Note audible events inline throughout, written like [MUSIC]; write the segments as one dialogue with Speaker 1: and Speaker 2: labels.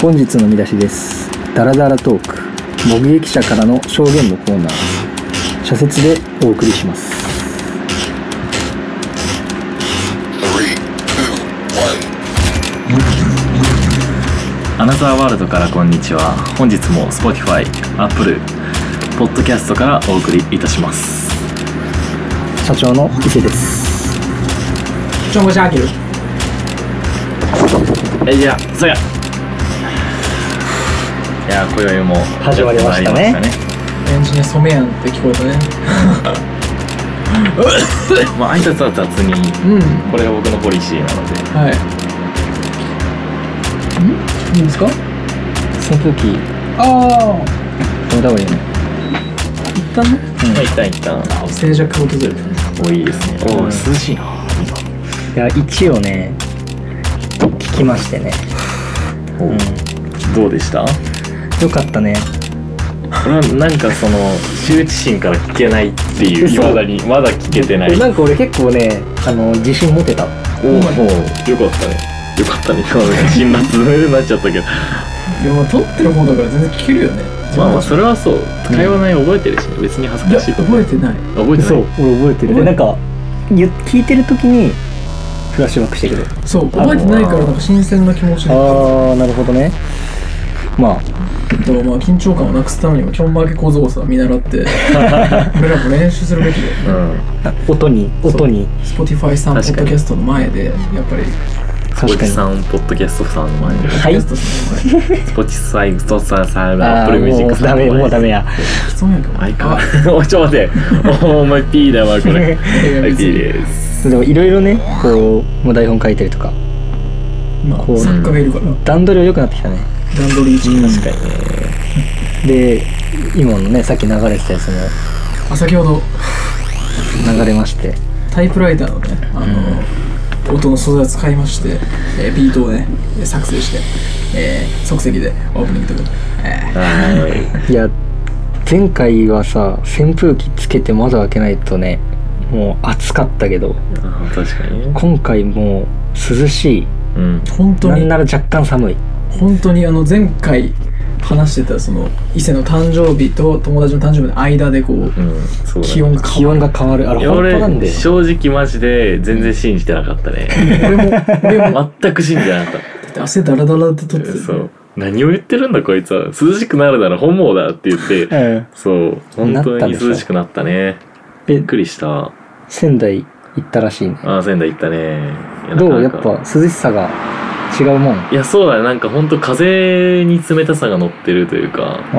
Speaker 1: 本日の見出しですダラダラトーク目撃者からの証言のコーナー社説でお送りします
Speaker 2: Three, two, one.
Speaker 3: アナザーワールドからこんにちは本日も Spotify、Apple、Podcast からお送りいたします
Speaker 1: 社長の池です
Speaker 4: ちょもしあきる。
Speaker 3: えいやそやいや今宵も
Speaker 1: 始まりましたね
Speaker 3: 始まりまし
Speaker 4: エンジニア染めやんって聞こえたね。
Speaker 3: たねまあ挨拶は雑に
Speaker 4: うん。
Speaker 3: これが僕のポリシーなので
Speaker 4: はい。ん？いいんですか？
Speaker 1: その時
Speaker 4: あ
Speaker 1: 止めた方がいいよね
Speaker 4: あ。一旦ね。
Speaker 3: まあ一旦一旦
Speaker 4: 静寂を削る。
Speaker 3: おいいですね
Speaker 1: おい
Speaker 3: 涼しいない
Speaker 1: や1をね聞きましてね、
Speaker 3: お
Speaker 1: うん、
Speaker 3: どうでしたこ
Speaker 1: よかったね
Speaker 3: れはなんかその羞恥心から聞けないっていうい
Speaker 1: 嘘
Speaker 3: まだにまだ聞けてない
Speaker 1: なんか俺結構ねあの自信持てた
Speaker 3: おおよかったねよかったね辛辣になっちゃったけど
Speaker 4: でも撮ってる方だから全然聞けるよね。
Speaker 3: まあまあそれはそう会話内容覚えてるし、ね別に恥ず
Speaker 4: い
Speaker 3: か
Speaker 4: や
Speaker 3: しいこと
Speaker 4: 覚えてない。
Speaker 3: 覚えてない
Speaker 1: 俺覚えて
Speaker 4: る
Speaker 1: なんかゆ聞いてる時にフラッシュバックしてくる
Speaker 4: そう覚えてないからなんか新鮮な気持ちになっ
Speaker 1: ああなるほどねまあ
Speaker 4: ただからまあ緊張感をなくすためには基本負け小僧をさ見習って
Speaker 1: [LAUGHS]
Speaker 4: 俺らも練習するべきだよね。
Speaker 3: うん
Speaker 1: 音に音に
Speaker 4: Spotify さんポ
Speaker 3: 確
Speaker 4: ッ
Speaker 3: か
Speaker 4: ド
Speaker 3: に
Speaker 4: キャストの前でやっぱり
Speaker 3: お
Speaker 1: 確か
Speaker 3: じ
Speaker 1: に
Speaker 3: さんポッドキャストさんの前に
Speaker 1: はい
Speaker 4: ポッドキャストさんの前
Speaker 3: スポチサイストサーサーアッ
Speaker 1: あ
Speaker 3: プルミュージ
Speaker 1: ー
Speaker 3: ッ
Speaker 1: も
Speaker 3: ク
Speaker 1: う
Speaker 3: さ
Speaker 1: ダ
Speaker 3: んの前
Speaker 1: メもうダメや
Speaker 4: 質問やけど。
Speaker 3: 相変わらおいちょっと待っておお前 P だわこれ
Speaker 4: いやいや
Speaker 3: P
Speaker 4: 別に
Speaker 3: です
Speaker 1: でもいろいろねこうもう台本書いたりとか
Speaker 4: まあ
Speaker 1: こう
Speaker 4: 作家がいるから段
Speaker 1: 段取りは良くなってきたね
Speaker 4: 取り一に
Speaker 3: 確かにね
Speaker 1: で今のねさっき流れてたやつも
Speaker 4: あ先ほど
Speaker 1: 流れまして
Speaker 4: タイプライターのねあの、音の素材を使いまして、えービートをねえー作成して、えー即席でオープニングとか、え
Speaker 3: はい
Speaker 1: や前回はさ扇風機つけて窓開けないとねもう暑かったけど
Speaker 3: いあー確かにね
Speaker 1: 今回もう涼しい
Speaker 3: うん
Speaker 4: ー本当
Speaker 1: なん
Speaker 4: に
Speaker 1: なら若干寒い
Speaker 4: 本当にあの前回話してたその伊勢の誕生日と友達の誕生日の間でこう
Speaker 3: うんそうだね
Speaker 4: 気温が
Speaker 1: 気
Speaker 4: 変わ
Speaker 1: 温
Speaker 4: る
Speaker 1: が変わるあ
Speaker 3: い
Speaker 1: れ
Speaker 3: や
Speaker 1: 本当
Speaker 3: 俺
Speaker 1: なんだよ
Speaker 3: 正直マジで全然信じてなかったね
Speaker 4: 俺も俺も
Speaker 3: 全く信じてなかった
Speaker 4: 汗だらだらで撮って
Speaker 3: [LAUGHS]
Speaker 4: た
Speaker 3: そう何を言ってるんだこいつは涼しくなるなら本望だって言って
Speaker 1: うん
Speaker 3: そう本当に涼しくなったねび
Speaker 1: で
Speaker 3: っくりした
Speaker 1: 仙台行ったらしいね
Speaker 3: ああ仙台行ったねい
Speaker 1: どうや
Speaker 3: な
Speaker 1: っ
Speaker 3: かなか
Speaker 1: ぱ涼しさが違うもんあ
Speaker 3: いやそうだねなんか本当風に冷たさが乗ってるというか
Speaker 1: あ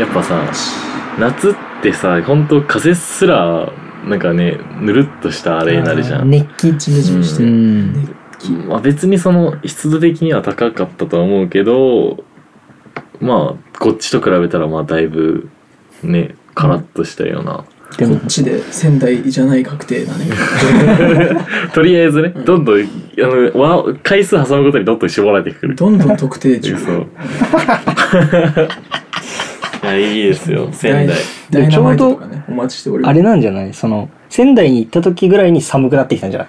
Speaker 3: やっぱさ夏ってさ本当風すらなんかねぬるっとしたあれになるじゃん
Speaker 1: 熱気
Speaker 4: ジメジメし
Speaker 1: う
Speaker 4: て、
Speaker 1: ん
Speaker 3: まあ、別にその湿度的には高かったとは思うけどまあこっちと比べたらまあだいぶねカラッとしたような、
Speaker 1: で
Speaker 4: こ
Speaker 1: も
Speaker 4: っちで仙台じゃない確定だね
Speaker 3: とりあえずねどんどんあのわ回数挟むことにどんどん絞られてくる
Speaker 4: どんどん特定中
Speaker 3: そういやいいです [LAUGHS] よ [LAUGHS] 仙台
Speaker 4: ダイダイナマイトとかねお待ちしております
Speaker 1: あれなんじゃないその仙台に行った時ぐらいに寒くなってきたんじゃない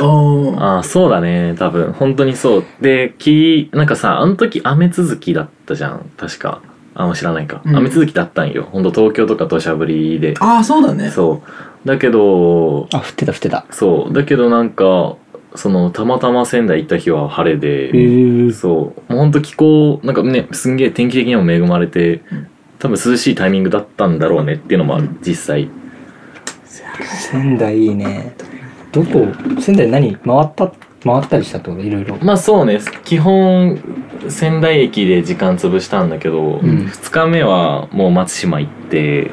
Speaker 4: ああ
Speaker 3: ああそうだね多分本当にそうできなんかさあの時雨続きだったじゃん確かあんま知らないか、
Speaker 4: うん
Speaker 3: 雨続きだったんよ本当東京とか土砂降りで
Speaker 4: ああそうだね
Speaker 3: そうだけど
Speaker 1: あ降ってた降ってた
Speaker 3: そうだけどなんかそのたまたま仙台行った日は晴れで、
Speaker 1: え
Speaker 3: そうもうほんと気候なんかねすんげえ天気的にも恵まれて多分涼しいタイミングだったんだろうねっていうのもある実際
Speaker 1: 仙台いいねどこ仙台何回った回ったりしたってこといろいろ
Speaker 3: まあそうね基本仙台駅で時間潰したんだけ
Speaker 1: う
Speaker 3: ど、二
Speaker 1: ん
Speaker 3: 2日目はもう松島行って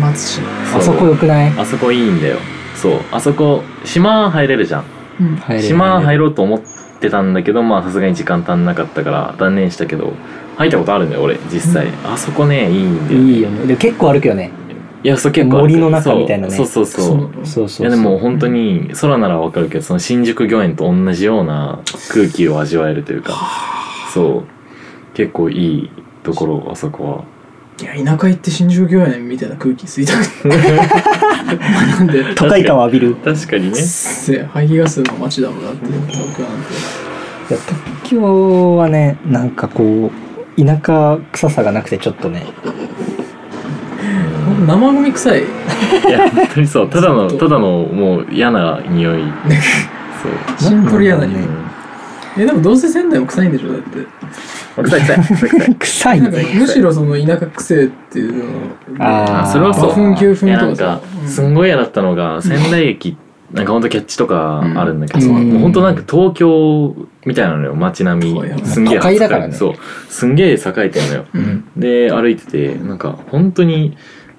Speaker 4: 松島
Speaker 1: あそこよくない
Speaker 3: あそこいいんだよそうあそこ島入れるじゃん
Speaker 4: うん
Speaker 1: 入れる
Speaker 3: 島入
Speaker 1: る
Speaker 3: ろうと思ってたんだけどまあさすがに時間足んなかったから断念したけど入ったことあるんだよ俺実際、
Speaker 4: う
Speaker 3: あそこねいいんだよ、ね、
Speaker 1: いいよねで結構歩くよね
Speaker 3: いやそう結構ある
Speaker 1: 森の中みたいなね
Speaker 3: そうそうそうそう
Speaker 4: の
Speaker 1: そうそうそうい
Speaker 3: いやでも本当に空ならわかるけどその新宿御苑と同じような空気を味わえるというかそう結構いいところあそこ
Speaker 4: いや田舎行って新宿御苑みたいな空気吸いたくて [LAUGHS] なんで
Speaker 1: 都会感を浴びる
Speaker 3: は確かに
Speaker 4: くっせえ排気ガスの街だろうなって東京なんて
Speaker 1: いや特許はねなんかこう田舎臭さがなくてちょっと
Speaker 3: [LAUGHS]
Speaker 1: ね
Speaker 4: ほんと生ゴミ臭い
Speaker 3: いや本当にそうただの
Speaker 4: ちょっと
Speaker 3: ただのもう嫌な匂いそう
Speaker 4: シンプルやなに、
Speaker 1: なんだろうね
Speaker 4: えでもどうせ仙台も臭いんでしょだって
Speaker 3: うん臭い臭い臭い臭い
Speaker 1: 臭い
Speaker 4: なん
Speaker 1: ね
Speaker 4: かむしろその田舎癖っていうのを
Speaker 1: あー
Speaker 3: それはそう
Speaker 4: 馬糞牛
Speaker 3: い
Speaker 4: 糞
Speaker 3: やなん
Speaker 4: と
Speaker 3: か
Speaker 4: かさ
Speaker 3: すんごい嫌だったのが仙台駅なんかほんとキャッチとかあるんだけど、
Speaker 1: うん
Speaker 3: もうほんとなんか東京みたいなのよ街並
Speaker 4: そうやな
Speaker 3: みすんげえ
Speaker 1: 都会だからね
Speaker 3: そうすんげえ栄えてんのよ
Speaker 4: うん
Speaker 3: で歩いててなんか本当に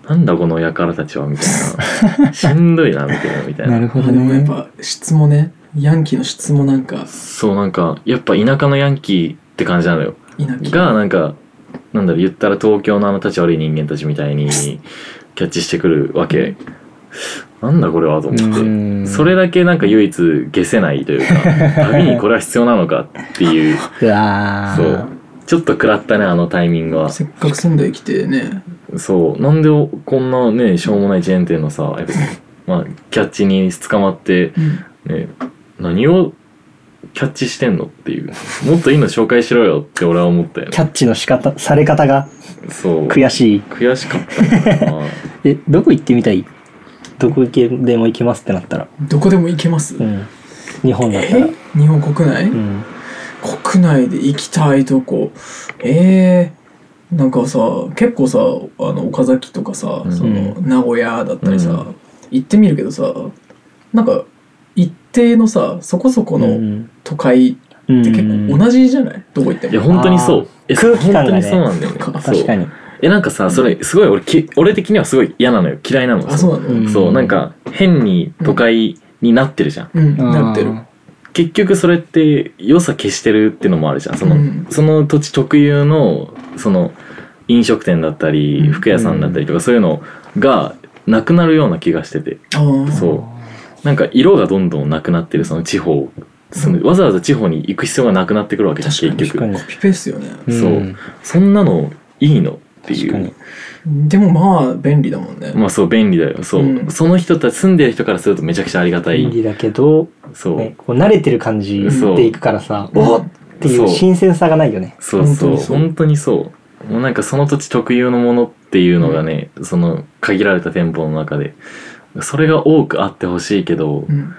Speaker 3: なんだこの輩たちはみたい
Speaker 1: [LAUGHS]
Speaker 3: なしんどいなみたいなみたい
Speaker 1: な
Speaker 3: な
Speaker 1: るほ
Speaker 4: ま
Speaker 1: ど
Speaker 4: あでもやっ
Speaker 1: ね
Speaker 4: ぱ質もねヤンキーの質もなんか
Speaker 3: そうなんかやっぱ田舎のヤンキーって感じなのよ
Speaker 4: 田舎
Speaker 3: がなんかなんだろう言ったら東京のあのたち悪い人間たちみたいにキャッチしてくるわけなんだこれはと思って、
Speaker 1: うん
Speaker 3: それだけなんか唯一消せないとい
Speaker 1: [LAUGHS]
Speaker 3: うか旅にこれは必要なのかっていう
Speaker 1: うわー
Speaker 3: そうちょっと食らったねあのタイミングは
Speaker 4: せっかく仙台来てね
Speaker 3: そうなんでこんなねしょうもないチェーン店のさやっぱまあキャッチに捕まって、ね、何をキャッチしてんのっていうもっといいの紹介しろよって俺は思ったよね
Speaker 1: キャッチの仕方され方が
Speaker 3: そう
Speaker 1: 悔しい
Speaker 3: 悔しかったんだよな
Speaker 1: えどこ行ってみたいどこ行けでも行けますってなったら、
Speaker 4: どこでも行けます
Speaker 1: うん、日本だったら、
Speaker 4: え日本国内
Speaker 1: うん、
Speaker 4: 国内で行きたいとこえー、なんかさ結構さあの岡崎とかさ、
Speaker 3: うん
Speaker 4: その名古屋だったりさ、
Speaker 3: うん
Speaker 4: 行ってみるけどさなんか一定のさそこそこの都会って結構同じじゃない、どこ行って
Speaker 3: いや
Speaker 4: も。
Speaker 3: 本当にそうえ
Speaker 1: 空気感が
Speaker 3: 本当
Speaker 1: ね
Speaker 3: にそうなんだよねそう
Speaker 1: 確かに
Speaker 3: えなんかさそれすごい俺き俺的にはすごい嫌なのよ嫌いなの
Speaker 4: あそうなの、
Speaker 1: うん
Speaker 3: そうなんか変に都会になってるじゃん、
Speaker 4: うん、なってる。
Speaker 3: 結局それって良さ消してるってのもあるじゃんその,、
Speaker 4: うん
Speaker 3: その土地特有のその飲食店だったり
Speaker 4: うん
Speaker 3: 服屋さんだったりとかそういうのがなくなるような気がしてて
Speaker 4: あー
Speaker 3: そうなんか色がどんどんなくなってるその地方そのわざわざ地方に行く必要がなくなってくるわけじゃん
Speaker 4: 確か
Speaker 1: 確
Speaker 3: 結局
Speaker 4: に
Speaker 1: かに
Speaker 4: コピペっすよね。
Speaker 3: そうんそんなのいいのってい
Speaker 1: 確か
Speaker 3: う
Speaker 1: に
Speaker 4: でもまあ便利だもんね。
Speaker 3: まあそう便利だよそう、
Speaker 4: うん
Speaker 3: その人たち住んでる人からするとめちゃくちゃありがたい、
Speaker 1: 便利だけど、
Speaker 3: そう、
Speaker 1: ね、こう慣れてる感じ
Speaker 3: そう
Speaker 1: でいくからさおっってい
Speaker 3: そうう
Speaker 1: 新鮮さがないよね
Speaker 3: そうそう
Speaker 4: 本
Speaker 3: 本当にそうもうなんかその土地特有のものっていうのがね、その限られた店舗の中でそれが多くあってほしいけど、
Speaker 4: うん、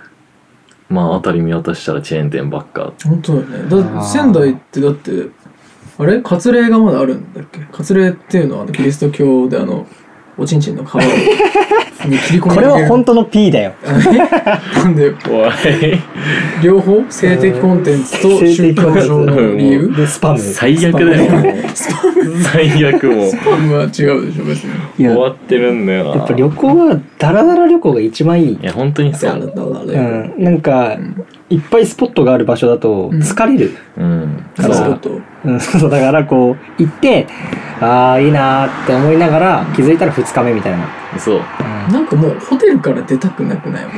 Speaker 3: まあ辺り見渡したらチェーン店ばっか
Speaker 4: 本当だよね。だ
Speaker 1: あー
Speaker 4: 仙台ってだってあれ割礼がまだあるんだっけ割礼っていうのはあのキリスト教であのおちんちんの皮をに切り込み
Speaker 1: これは本
Speaker 4: 当
Speaker 1: 当の P だよ
Speaker 4: なんで
Speaker 3: おい
Speaker 4: 両方性的コンテンツと宗教上の理由
Speaker 1: でスパム
Speaker 3: [LAUGHS] 最悪だよもう
Speaker 4: スパム
Speaker 3: [LAUGHS] 最悪もう
Speaker 4: スパムは違うでしょ別に。
Speaker 1: い
Speaker 3: 終
Speaker 1: や
Speaker 3: わってるんだよな
Speaker 1: やっぱ旅行はダラダラ旅行が一番いい
Speaker 3: いや本当にそ
Speaker 4: そうなん
Speaker 3: う
Speaker 4: だろう
Speaker 1: う
Speaker 4: ね。
Speaker 1: ん、なんか、
Speaker 4: ん
Speaker 1: いっぱいスポットがある場所だと
Speaker 4: うん
Speaker 1: 疲れる、
Speaker 3: うん
Speaker 1: だか
Speaker 4: そう
Speaker 1: ら
Speaker 4: スポット。
Speaker 1: うん、 [LAUGHS] そうだからこう行ってああいいなーって思いながら気づいたら2日目みたいな、
Speaker 3: そう
Speaker 1: うん
Speaker 4: なんかもうホテルから出たくなくないもう。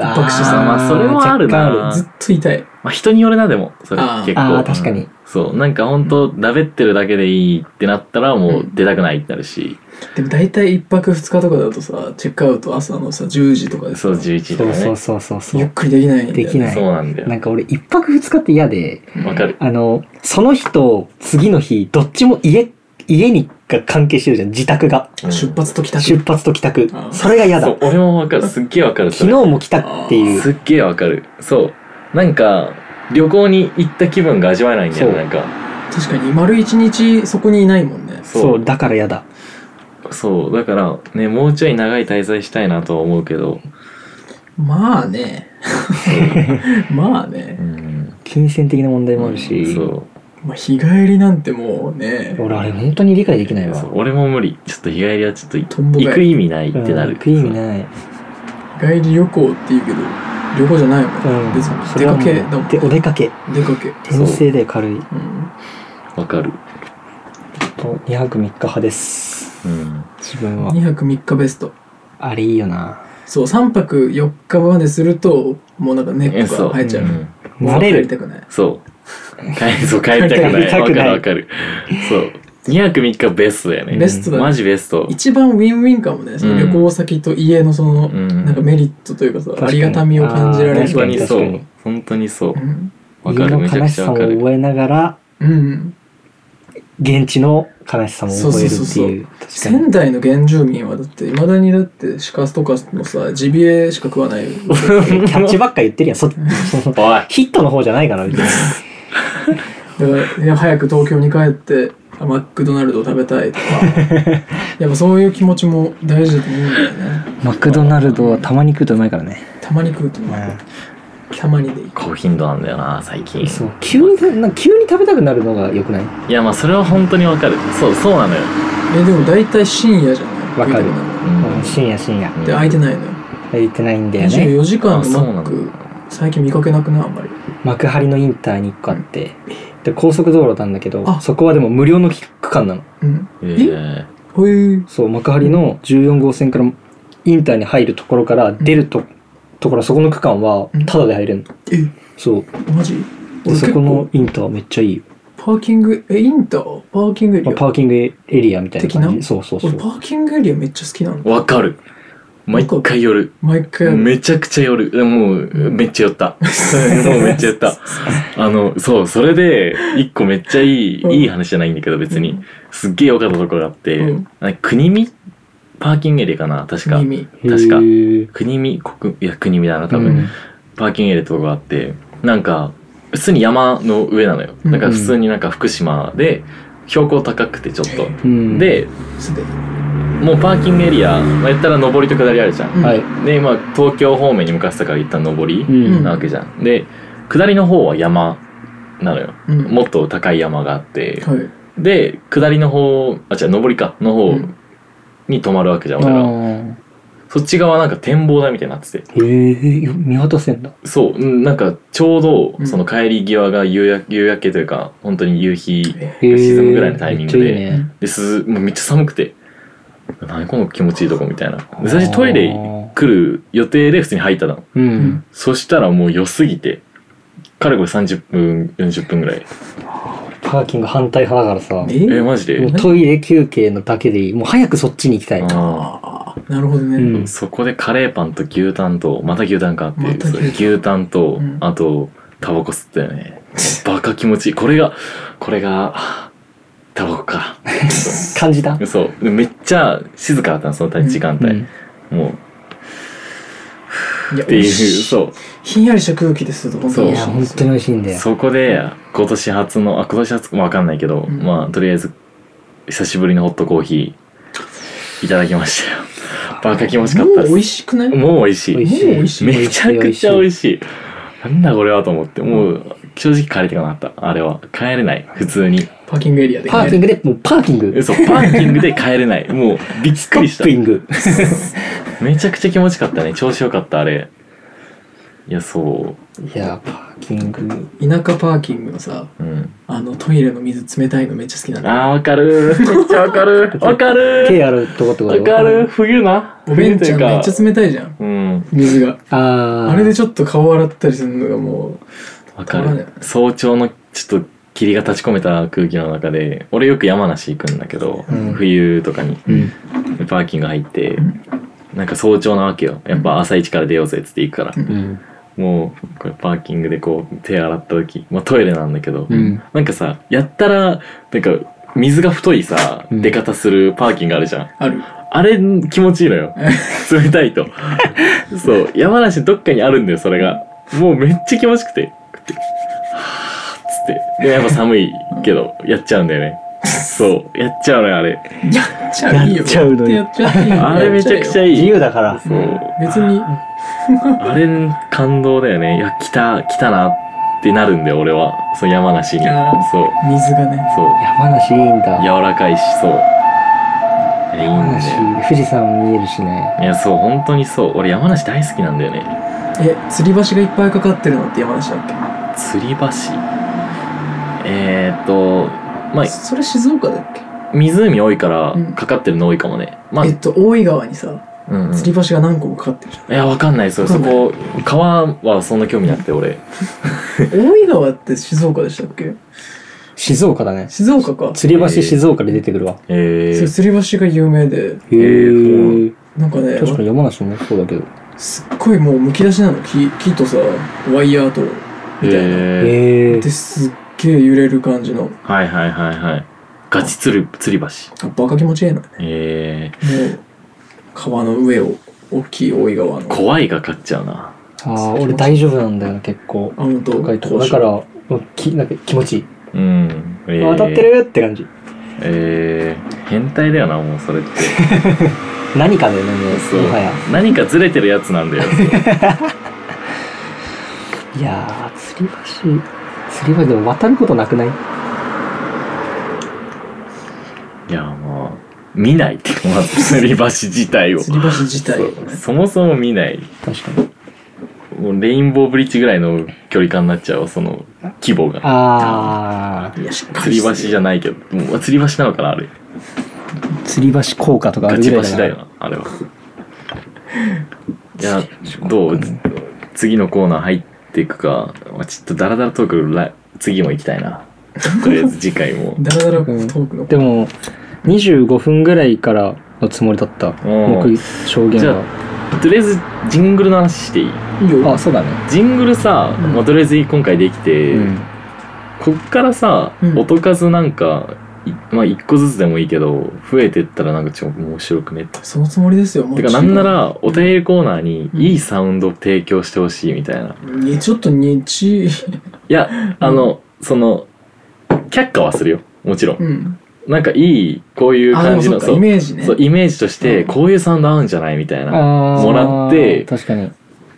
Speaker 1: あー
Speaker 4: 爆死さん
Speaker 3: まあそれもあるな
Speaker 1: 若干あ
Speaker 4: ずっと痛い。
Speaker 3: まあ人によるなでもそれ
Speaker 4: あー
Speaker 3: 結構
Speaker 1: あー確かに
Speaker 3: そうなんか本当だべってるだけでいいってなったらもう出たくないってなるし、
Speaker 4: でも大体1泊2日とかだとさチェックアウト朝のさ10時とかでさ
Speaker 3: そう11時
Speaker 1: そ
Speaker 3: とか
Speaker 1: う
Speaker 3: ね
Speaker 1: そうそうそうそ
Speaker 4: ゆっ
Speaker 1: う
Speaker 4: くりできないんだよね
Speaker 1: できない
Speaker 3: そうなんだよ
Speaker 1: なんか俺一泊二日って嫌で
Speaker 3: わかる
Speaker 1: あのその日と次の日どっちも家家にが関係してるじゃん自宅が
Speaker 3: うん
Speaker 4: 出発と帰宅
Speaker 1: 出発と帰宅
Speaker 4: あー
Speaker 1: それが嫌
Speaker 3: そ
Speaker 1: だ
Speaker 3: う俺もわかるすっげえわかるそ
Speaker 1: 昨
Speaker 3: れ
Speaker 1: 日も来たっていう
Speaker 3: すっげえわかるそうなんか旅行に行った気分が味わえないんだよね
Speaker 1: そ
Speaker 3: なんか
Speaker 4: 確かに丸一日そこにいないもんね
Speaker 1: そ
Speaker 3: そう
Speaker 1: だから嫌だ
Speaker 3: うそうだからねもうちょい長い滞在したいなとは思うけど
Speaker 4: まあねまあね、
Speaker 3: ん
Speaker 1: 金銭的な問題もあるし、
Speaker 3: そう
Speaker 4: まあ、日帰りなんてもうね
Speaker 1: 俺あれ本当に理解できないわ
Speaker 3: そう俺も無理ちょっと日帰りはちょっとい
Speaker 4: とんぼ返り
Speaker 3: 行く意味ないってな
Speaker 1: うん
Speaker 3: る
Speaker 1: 行く意味ない
Speaker 4: 日帰り旅行っていうけど旅行じゃないもん、
Speaker 1: うん
Speaker 4: 別に
Speaker 1: そ
Speaker 4: 出
Speaker 1: れは
Speaker 4: か
Speaker 1: もう
Speaker 4: けだもん
Speaker 1: でお出かけ
Speaker 4: 出かけ
Speaker 1: 転生で軽い
Speaker 4: うん
Speaker 3: わかる
Speaker 1: 2泊3日派です
Speaker 3: うん
Speaker 1: 自分は
Speaker 4: 2泊3日ベスト
Speaker 1: あれいいよな
Speaker 4: そう3泊4日までするともうなんか根
Speaker 3: え
Speaker 4: っこ
Speaker 3: そ
Speaker 4: が
Speaker 3: う
Speaker 4: 生えちゃう
Speaker 3: うん
Speaker 1: 慣れ
Speaker 4: 帰り
Speaker 1: る
Speaker 4: たくない
Speaker 3: そう帰そう帰りたくな
Speaker 1: 帰りた
Speaker 3: いわ
Speaker 1: くな
Speaker 3: か
Speaker 1: い
Speaker 3: るわかるそう2泊3日ベストだよね
Speaker 4: ベストだね
Speaker 3: マジベスト
Speaker 4: 一番ウィンウィンかもね、その旅行先と家のその、
Speaker 3: ん
Speaker 4: なんかメリットというかさ、
Speaker 1: 確か
Speaker 4: あ
Speaker 1: に
Speaker 4: りがたみを感じられ
Speaker 1: あー
Speaker 4: る
Speaker 3: 本当
Speaker 1: 確か
Speaker 3: に
Speaker 1: に
Speaker 3: そ
Speaker 1: 確か
Speaker 3: う本当にそう
Speaker 4: うん
Speaker 3: わ
Speaker 1: 家
Speaker 3: かる
Speaker 1: の
Speaker 3: めちゃ
Speaker 1: 悲
Speaker 3: く
Speaker 1: し
Speaker 3: ちゃ
Speaker 1: さ
Speaker 3: わ
Speaker 1: を
Speaker 3: かる
Speaker 1: 覚えながら
Speaker 4: うん、
Speaker 1: 現地の悲しさも覚えるっていう確かに
Speaker 4: 仙台の原住民はだっていまだにだって鹿とかのさジビエしか食わないわけだか
Speaker 1: キャッチばっか言ってるやん [LAUGHS] そその
Speaker 3: おい
Speaker 1: ヒットの方じゃないから別に
Speaker 4: らいや早く東京に帰ってあマクドナルドを食べ
Speaker 1: [LAUGHS]
Speaker 4: たいとかやっぱそういう気持ちも大事だと思うんだよね
Speaker 1: マクドナルドはたまに食うとうまいからね、
Speaker 4: たまに食うとねたまにでいい
Speaker 3: 高頻度なんだよな最近
Speaker 1: そう急になんか急に食べたくなるのがよくない
Speaker 3: いやまあそれは本当にわかるそうそうなのよ、
Speaker 4: えでも大体深夜じゃない
Speaker 1: わかる
Speaker 4: 食いたくな
Speaker 3: うん
Speaker 1: 深夜深夜
Speaker 3: うん
Speaker 4: で空いてないのよ
Speaker 1: 行ってないんだよね
Speaker 4: 24時間
Speaker 3: あそう
Speaker 4: の
Speaker 3: な
Speaker 4: マ
Speaker 3: ん
Speaker 4: ッ
Speaker 3: だ
Speaker 4: ク最近見かけなくないあんまり
Speaker 1: 幕張のインターに1個あってで高速道路なんだけど
Speaker 4: あ
Speaker 1: そこはでも無料の区間なの
Speaker 4: うん
Speaker 3: え
Speaker 4: ほいう
Speaker 1: そう幕張の14号線からインターに入るところから出ると,、ところそこの区間は
Speaker 4: うん
Speaker 1: タダで入れるの
Speaker 4: え
Speaker 1: そう
Speaker 4: マジ
Speaker 1: でそこのインターめっちゃいいよ、
Speaker 4: パーキングえインターパーキングエリ
Speaker 1: ま
Speaker 4: ア
Speaker 1: あ、パーキングエリアみたいな感
Speaker 4: 的
Speaker 1: じ
Speaker 4: な
Speaker 1: そうそうそ
Speaker 4: 俺
Speaker 1: う
Speaker 4: パーキングエリアめっちゃ好きなの
Speaker 3: ーわかる毎回寄る
Speaker 4: 毎回やる
Speaker 3: めちゃくちゃ寄るでもうめっちゃ寄ったもうめっちゃ寄ったあのそうそれで一個めっちゃいい、
Speaker 4: うん
Speaker 3: いい話じゃないんだけど別に、
Speaker 4: うん
Speaker 3: すっげえ良かったところがあって、
Speaker 4: うん
Speaker 3: あ国見パーキングエリアかな確か
Speaker 4: 耳
Speaker 3: 確か
Speaker 1: へー
Speaker 3: 国見国いや国見だな多
Speaker 1: う
Speaker 3: 分、
Speaker 1: ん
Speaker 3: パーキングエリアとかがあってなんか普通に山の上なのよだから普通になんか福島で標高高くてちょっと、
Speaker 1: うん
Speaker 3: で
Speaker 4: すでに
Speaker 3: もうパーキングエリア、まあ、言ったら上りと下りあるじゃん、
Speaker 4: うん
Speaker 1: はい
Speaker 3: で今東京方面に向かってたから一旦上り
Speaker 1: うん
Speaker 4: うん
Speaker 3: なわけじゃん、で下りの方は山なのよ
Speaker 4: うん
Speaker 3: もっと高い山があって
Speaker 4: はい
Speaker 3: で下りの方あ違う上りかの方
Speaker 4: うん
Speaker 3: に泊まるわけじゃん、
Speaker 1: あ
Speaker 3: 俺ら
Speaker 1: ー
Speaker 3: そっち側なんか展望台みたいになってて
Speaker 1: へえ見渡せんだ
Speaker 3: そううんなんかちょう
Speaker 4: う
Speaker 3: ど
Speaker 4: ん
Speaker 3: その帰り際が夕焼夕焼けというか本当に夕日
Speaker 1: へー
Speaker 3: 沈むぐらいのタイミングで
Speaker 1: めっちゃいいね
Speaker 3: ですもうめっちゃ寒くて何この気持ちいいとこみたいなで最初トイレ来る予定で普通に入ったの
Speaker 1: うん、
Speaker 4: ん
Speaker 3: そしたらもう良すぎてかれこれ30分40分ぐらい
Speaker 1: パーキング反対派だからさ
Speaker 3: え
Speaker 4: え
Speaker 3: マジ
Speaker 1: もう
Speaker 3: で
Speaker 1: トイレ休憩のだけでいいもう早くそっちに行きたい
Speaker 3: あ
Speaker 4: ああなるほど
Speaker 1: う
Speaker 4: ね
Speaker 1: ん
Speaker 3: ーそこでカレーパンと牛タンとまた牛タンかってい
Speaker 4: ま
Speaker 3: う、
Speaker 4: た
Speaker 3: そ
Speaker 4: 牛タ
Speaker 3: れ
Speaker 4: ン
Speaker 3: 牛タンと、
Speaker 4: うん
Speaker 3: あとタバコ吸ったよねバカ気持ちいいこれがこれがはぁタバコか
Speaker 1: 感じた
Speaker 3: そうでめっちゃ静かだったのその時間帯、
Speaker 1: うん
Speaker 3: もう
Speaker 4: いや
Speaker 3: って
Speaker 4: 美
Speaker 3: いう
Speaker 4: 味しい
Speaker 3: そう
Speaker 4: ひんやりした空気ですると本当
Speaker 3: そう
Speaker 1: い
Speaker 4: に
Speaker 1: や本当に美味しいんだよ
Speaker 3: そこで今年初のあ今年初かわかんないけど、
Speaker 4: うん
Speaker 3: まあとりあえず久しぶりのホットコーヒーいただきましたよバカ気持ちか
Speaker 4: も
Speaker 3: った
Speaker 4: う
Speaker 3: で
Speaker 4: 美味しくない
Speaker 3: すもう美味しい
Speaker 1: 美味し
Speaker 4: もう美味し
Speaker 1: い
Speaker 4: い
Speaker 3: めちゃくちゃ美
Speaker 1: しい
Speaker 3: 味しいなんだこれはと思ってもう正直帰りたくなかったあれは帰れない普通に
Speaker 4: パーキングエリアで
Speaker 1: パーキン
Speaker 4: グ
Speaker 1: グでもうパーキング
Speaker 3: 嘘パーキングで帰れない [LAUGHS] もうびっ
Speaker 1: スト
Speaker 3: くりし
Speaker 1: ッ
Speaker 3: た
Speaker 1: ピング
Speaker 3: めちゃくちゃ気持ちよかったね調子よかったあれいやそ
Speaker 1: いやパーキング
Speaker 4: 田舎パーキングのさ
Speaker 3: ううん
Speaker 4: あのトイレの水冷たいのめっちゃ好きなの
Speaker 3: あーわかるめっちゃわかるわかる
Speaker 1: 手洗うとことか
Speaker 3: わかる冬な
Speaker 4: おべんちゃんめっち
Speaker 3: 冬というか
Speaker 4: ゃ冷たいじゃん
Speaker 3: うん
Speaker 4: 水が
Speaker 1: あー
Speaker 4: あれでちょっと顔洗ったりするのがも
Speaker 3: わか
Speaker 4: たまらない
Speaker 3: る早朝のちょっと霧が立ち込めた空気の中で俺よく山梨行くんだけど、
Speaker 1: うん
Speaker 3: 冬とかに
Speaker 1: うん
Speaker 3: パーキング入って
Speaker 4: ん
Speaker 3: なんか早朝なわけよやっぱ朝一から出ようぜっつって行くから、
Speaker 1: うん
Speaker 3: もうこれパーキングでこう手洗った時、まあ、トイレなんだけど、
Speaker 1: うん
Speaker 3: なんかさやったらなんか水が太いさ、
Speaker 1: うん
Speaker 3: 出方するパーキングあるじゃん
Speaker 4: うある
Speaker 3: あれ気持ちいいのよ冷たいとそう山梨どっかにあるんだよそれがもうめっちゃ気持ちくてこうやってはぁっつってでもやっぱ寒いけどやっちゃうんだよねそうやっちゃうのよあれ
Speaker 4: やっちゃういいよ
Speaker 1: やっちゃうのよ
Speaker 4: やっちゃっていいよ
Speaker 3: あれめちゃくちゃい
Speaker 1: 自
Speaker 3: い
Speaker 1: 由だから
Speaker 3: そう
Speaker 4: 別に
Speaker 3: あれ感動だよねいや来た来たなってなるんだよ俺はそう山梨に
Speaker 4: あー
Speaker 3: そう
Speaker 4: 水がね
Speaker 3: そう
Speaker 1: 山梨いいんだ
Speaker 3: 柔らかいしそう
Speaker 1: 山梨
Speaker 3: いやいいんだよ
Speaker 1: 富士山見えるしね
Speaker 3: いやそう本当にそう俺山梨大好きなんだよね
Speaker 4: え吊り橋がいっぱいかかってるのって山梨だっけ
Speaker 3: 吊り橋えー、っとまあ
Speaker 4: それ静岡だっけ
Speaker 3: 湖多いから
Speaker 4: うん
Speaker 3: かかってるの多いかもね、まあ
Speaker 4: えっと大井川にさ
Speaker 3: うんうん
Speaker 4: 吊り橋が何個もかかってるじゃ
Speaker 3: いやわかんないそれ
Speaker 4: わ
Speaker 3: そ
Speaker 4: かんない
Speaker 3: こ川はそんな興味なくて俺
Speaker 4: ん大井川って静岡でしたっけ
Speaker 1: 静岡だね
Speaker 4: 静岡か
Speaker 1: 吊り橋静岡で出てくるわ
Speaker 3: え
Speaker 4: そう
Speaker 3: ー、
Speaker 4: 吊り橋が有名
Speaker 1: へ
Speaker 4: で
Speaker 3: ー
Speaker 1: え
Speaker 4: なんかね
Speaker 1: 確かに山梨もそうだけど
Speaker 4: すっごいもうむき出しなの木木とさワイヤーとみたいな
Speaker 3: へえ
Speaker 1: ええ
Speaker 4: ですっげえ揺れる感じの
Speaker 3: はいはいはいはいガチつり吊り橋
Speaker 4: あバカ気持ちええのよね
Speaker 3: ええ
Speaker 4: もう川の上を大きい大井川の
Speaker 3: 怖いが勝っちゃうな
Speaker 1: ああ俺大丈夫なんだよな結構
Speaker 4: あ本当
Speaker 1: 高いとこだからもうきなんか気持ちいい、
Speaker 3: うん、えー
Speaker 1: あ当たってるって感じ
Speaker 3: えー、変態だよなもうそ
Speaker 4: [LAUGHS]
Speaker 3: れって
Speaker 1: 何かだよねもう
Speaker 3: そう
Speaker 1: もはや
Speaker 3: 何かずれてるやつなんだよ
Speaker 1: いやー吊り橋吊り橋でも渡ることなくない
Speaker 3: いやまあ見ないってまず吊り橋自体を
Speaker 4: 吊り橋自体を
Speaker 3: そう
Speaker 4: ね
Speaker 3: そもそも見ない
Speaker 1: 確かに
Speaker 3: もうレインボーブリッジぐらいの距離感になっちゃうその規模が
Speaker 1: ああ
Speaker 4: いやしっか
Speaker 3: 吊
Speaker 4: り
Speaker 3: り
Speaker 4: して
Speaker 3: 橋じゃないけどもう吊り橋なのかなあれ
Speaker 1: 吊り橋効果とかあ
Speaker 3: ガ
Speaker 1: るぐ
Speaker 3: チ
Speaker 1: ら
Speaker 3: 橋
Speaker 1: いだな
Speaker 3: だよなあれはいやどう次のコーナー入っていくかまあちょっとダラダラトークら次も行きたいなとりあえず次回も [LAUGHS]
Speaker 4: だらだらトークの
Speaker 1: でも25分ぐらいからのつもりだった
Speaker 3: うん
Speaker 1: 僕証言
Speaker 3: じゃ
Speaker 1: は
Speaker 3: とりあえずジングルの話していい
Speaker 4: いいよ
Speaker 1: あそうだね
Speaker 3: ジングルさ、
Speaker 4: うん
Speaker 3: まあ、とりあえず今回できて、
Speaker 1: うん
Speaker 3: こっからさ、
Speaker 4: うん
Speaker 3: 音数なんかいまあ一個ずつでもいいけど増えてったらなんかちょっと面白くねって
Speaker 4: そのつもりですよも
Speaker 3: て
Speaker 4: う
Speaker 3: かなんならお便りコーナーにいいサウンドを提供してほしいみたいな
Speaker 4: ねちょっと
Speaker 3: [LAUGHS]
Speaker 4: 日
Speaker 3: いや、あの、その、却下はするよ。もちろん。
Speaker 4: うん
Speaker 3: なんかいい、こういう
Speaker 4: あで
Speaker 3: 感
Speaker 4: も
Speaker 3: じ
Speaker 4: そ
Speaker 3: の、
Speaker 4: っかイメージね
Speaker 3: そう、イメージとして、
Speaker 4: うん
Speaker 3: こういうサウンド合うんじゃないみたいな。
Speaker 1: あー
Speaker 3: もらって
Speaker 1: 確かに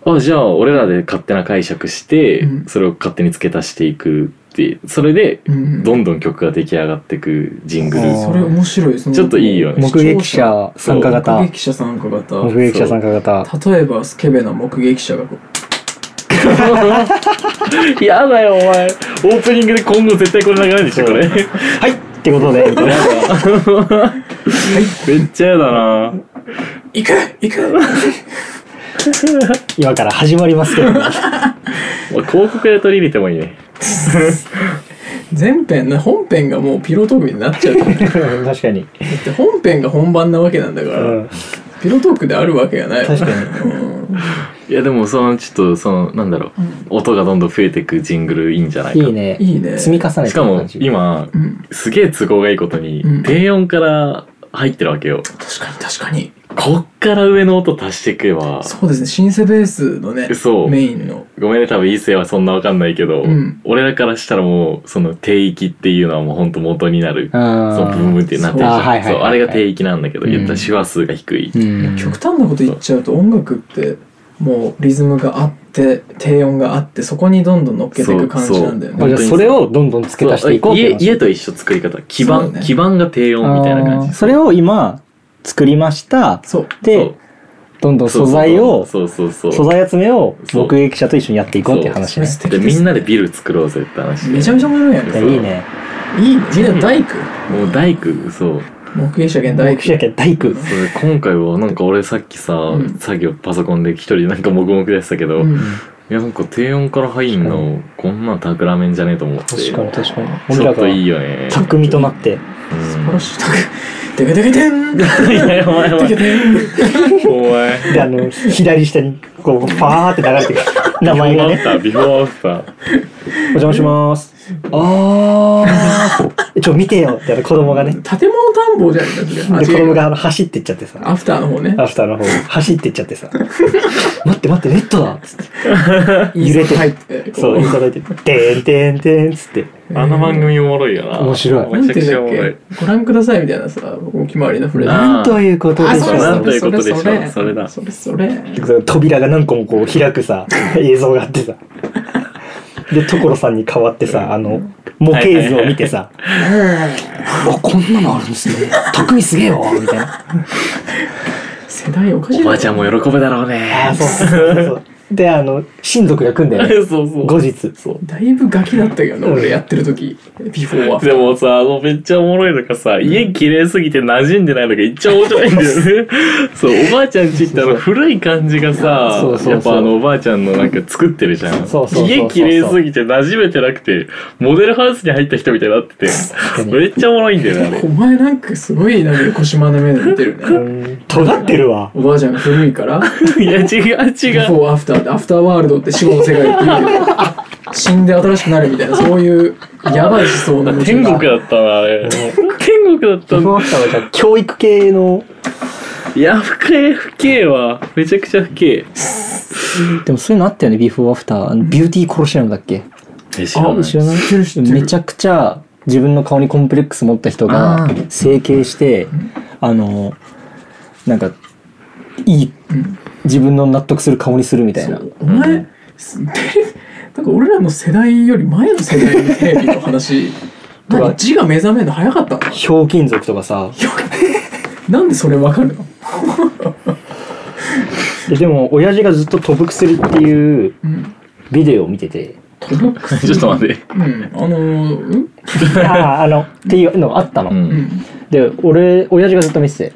Speaker 3: あ、じゃあ、俺らで勝手な解釈して、
Speaker 4: うん
Speaker 3: それを勝手に付け足していくって、それで、
Speaker 4: うん
Speaker 3: どんどん曲が出来上がっていくジングル。
Speaker 1: あー
Speaker 4: それ面白いその
Speaker 3: ちょっといいよね
Speaker 1: 目
Speaker 4: 視聴者
Speaker 1: 撃者参加型
Speaker 4: 目撃者参加型
Speaker 1: 目撃者参加型
Speaker 4: 例えばスケベな目撃者がこう
Speaker 3: [LAUGHS] やだよ、お前。オープニングで今後絶対これ流れるでしょ、これ。 [LAUGHS]
Speaker 1: はいってことでみたいな
Speaker 3: めっちゃやだな。
Speaker 4: 「行く行く!」 [LAUGHS]
Speaker 1: 今から始まりますけどね
Speaker 3: おい広告で取り入れてもいいね。
Speaker 4: 前編ね本編がもうピロートークになっちゃうよね
Speaker 1: [LAUGHS] 確かに、
Speaker 4: だって本編が本番なわけなんだか
Speaker 1: う
Speaker 4: ら、
Speaker 1: ん、
Speaker 4: ピロートークであるわけがない
Speaker 1: 確か
Speaker 4: に、うん
Speaker 3: いや、でも、その、ちょっと、その、なんだろう。音がどんどん増えていくジングルいいんじゃないか
Speaker 1: いいね
Speaker 4: いいね
Speaker 1: 積み重ねてる
Speaker 3: しかも
Speaker 1: 感じ
Speaker 3: 今
Speaker 4: うん、
Speaker 3: すげえ都合がいいことに、
Speaker 4: うん
Speaker 3: 低音から入ってるわけよ
Speaker 4: 確かに確かに
Speaker 3: こっから上の音足していけば
Speaker 4: そうですねシンセベースのね
Speaker 3: そう
Speaker 4: メインの
Speaker 3: ごめんね多分異性はそんなわかんないけど、
Speaker 4: うん
Speaker 3: 俺らからしたらもうその低域っていうのはもうほんと元になる
Speaker 1: う
Speaker 3: そのブン
Speaker 1: ん
Speaker 3: ブンってなって
Speaker 1: そう
Speaker 3: るじ
Speaker 1: あはいは
Speaker 3: ゃん
Speaker 1: い
Speaker 3: そうあれが低域なんだけど、
Speaker 1: うん
Speaker 3: 言ったら手話数が低い、
Speaker 1: うん
Speaker 4: 極端なこと言っちゃうと音楽ってもうリズムがあって低音があってそこにどんどん乗っけていく感じなんだよ
Speaker 3: そう
Speaker 1: あ
Speaker 4: ね
Speaker 1: じゃあそれをどんどん付け足していこうっていう
Speaker 3: 家
Speaker 1: 話
Speaker 3: 家と一緒作り方基
Speaker 4: そ
Speaker 3: 盤、
Speaker 4: うね
Speaker 3: 基盤が低音みたいな感
Speaker 1: あー
Speaker 3: じ
Speaker 1: それを今作りました
Speaker 4: そう
Speaker 1: でどんどん素材を
Speaker 3: そうそうそうそう
Speaker 1: 素材集めを
Speaker 3: そう
Speaker 1: 目撃者と一緒にやっていこうっていう話ね
Speaker 4: そう
Speaker 3: でみんなでビル作ろうぜって話で
Speaker 4: めちゃめちゃ面白いやん
Speaker 1: いや
Speaker 4: か
Speaker 3: そう
Speaker 1: いいね
Speaker 4: いいねみんな大工
Speaker 3: もう大工そう
Speaker 4: 目撃者兼
Speaker 1: 目
Speaker 4: 大
Speaker 1: 撃者
Speaker 4: 工
Speaker 1: 兼大工
Speaker 3: それ今回はなんか俺さっきさ、
Speaker 4: うん
Speaker 3: 作業パソコンで一人でなんかもぐもぐでしたけど、
Speaker 4: う
Speaker 3: い
Speaker 4: ん
Speaker 3: やなんか低音から入んのこんなんたくらめんじゃねえと思って
Speaker 1: 確かに確かに俺
Speaker 3: ちょ
Speaker 1: ら
Speaker 3: っとい
Speaker 1: が
Speaker 3: いよね
Speaker 1: 匠となって
Speaker 4: 素晴らしい大工でけでけてんで
Speaker 3: うんいやお前お
Speaker 4: け
Speaker 3: 前
Speaker 4: でけてん [LAUGHS]
Speaker 3: お前
Speaker 1: であの左下にこうファーって流
Speaker 3: [LAUGHS]
Speaker 1: れてくる名前がね
Speaker 3: ビフォーアフタービフォーアフター
Speaker 1: お邪魔します
Speaker 4: あ
Speaker 1: [LAUGHS] えちょ見てよってあの子供がね
Speaker 4: あ建物探訪じゃない
Speaker 1: で
Speaker 4: ん
Speaker 1: 子供
Speaker 4: だ
Speaker 1: があの走ってっちゃってさ
Speaker 4: アフターの方ね
Speaker 1: アフターの方走ってっちゃってさ待って待ってレッドだっつって揺れて
Speaker 4: 入ってこ
Speaker 1: そういただいて「てんてんてん」っつって
Speaker 3: あの番組おもろいよな
Speaker 1: 面白い
Speaker 4: な
Speaker 3: め
Speaker 4: ん
Speaker 3: ちゃ
Speaker 4: て
Speaker 3: くち
Speaker 4: い
Speaker 3: ゃお
Speaker 4: うん
Speaker 3: も
Speaker 4: だ
Speaker 3: ろ
Speaker 4: っ
Speaker 3: い
Speaker 4: けご覧くださいみたいなさお決まりのフレーズ
Speaker 1: なんということでし
Speaker 4: そ
Speaker 1: ょ
Speaker 4: れ
Speaker 3: なん
Speaker 1: う
Speaker 3: ということでしょう
Speaker 4: それ
Speaker 3: それだ
Speaker 4: それそれ
Speaker 1: 扉が何個もこう開くさ映像があってさで所さんに代わってさあの模型図を見てさ「あこんなのあるんですね匠すげえよ」みたいな
Speaker 4: 世代おかしい
Speaker 3: おばあちゃんも喜ぶだろう
Speaker 1: 「あ
Speaker 3: ね
Speaker 1: あそうそうそうそう」であの親族が来んだよね
Speaker 3: [LAUGHS] そうそう
Speaker 1: 後日そう
Speaker 4: だいぶガキだったけどね俺やってる時ビフォー
Speaker 3: [LAUGHS]
Speaker 4: は
Speaker 3: でもさ、あのめっちゃおもろいのがさ、家綺麗すぎて馴染んでないのが一番面白いんだ [LAUGHS] よね。そう、おばあちゃんちってあの古い感じがさ
Speaker 1: そうそう、そう
Speaker 3: やっぱあのおばあちゃんのなんか作ってるじゃん。
Speaker 1: そうそうそうそう
Speaker 3: 家綺麗すぎて馴染めてなくて、モデルハウスに入った人みたいになってて
Speaker 1: か、に
Speaker 3: めっちゃおもろいんだよね、あ
Speaker 4: お前なんかすごいなんか腰まな目で見てるね
Speaker 1: ん尖ってるわ
Speaker 4: おばあちゃんが古いから
Speaker 3: [LAUGHS] れ。いや、違う
Speaker 4: ビフ
Speaker 3: 違う。
Speaker 4: ォーアフターってアフターワールドって死後の世界って言うけど死んで新しくなるみたいなそういうやばい思想の矛盾
Speaker 3: 天
Speaker 4: が
Speaker 3: 国だったなあれ天国だった
Speaker 1: そ
Speaker 3: んだ
Speaker 1: の人はじゃあ教育系の
Speaker 3: いや深い深いわめちゃくちゃ深い
Speaker 1: でもそういうのあったよねビフォーアフタービューティーコロシアムだっけ
Speaker 3: え知らない
Speaker 1: 知らないめちゃくちゃ自分の顔にコンプレックス持った人が
Speaker 4: あー
Speaker 1: 整形してあのなんかいい
Speaker 4: うん
Speaker 1: 自分の納得する顔にするみたいな
Speaker 4: そうお前すテレビなんか俺らの世代より前の世代のテレビの話
Speaker 1: とか
Speaker 4: 何字が目覚めるの早かったの
Speaker 1: ひょうきん族とかさ
Speaker 4: なんでそれわかるの
Speaker 1: ででも親父がずっと「飛ぶ薬」っていう
Speaker 4: うん
Speaker 1: ビデオを見てて
Speaker 4: トロックス
Speaker 3: [LAUGHS] ちょっと待って
Speaker 4: うんあのーうん
Speaker 1: あー [LAUGHS] あのっていうのがあったの、
Speaker 3: うん
Speaker 4: うん
Speaker 1: で俺親父がずっと見てて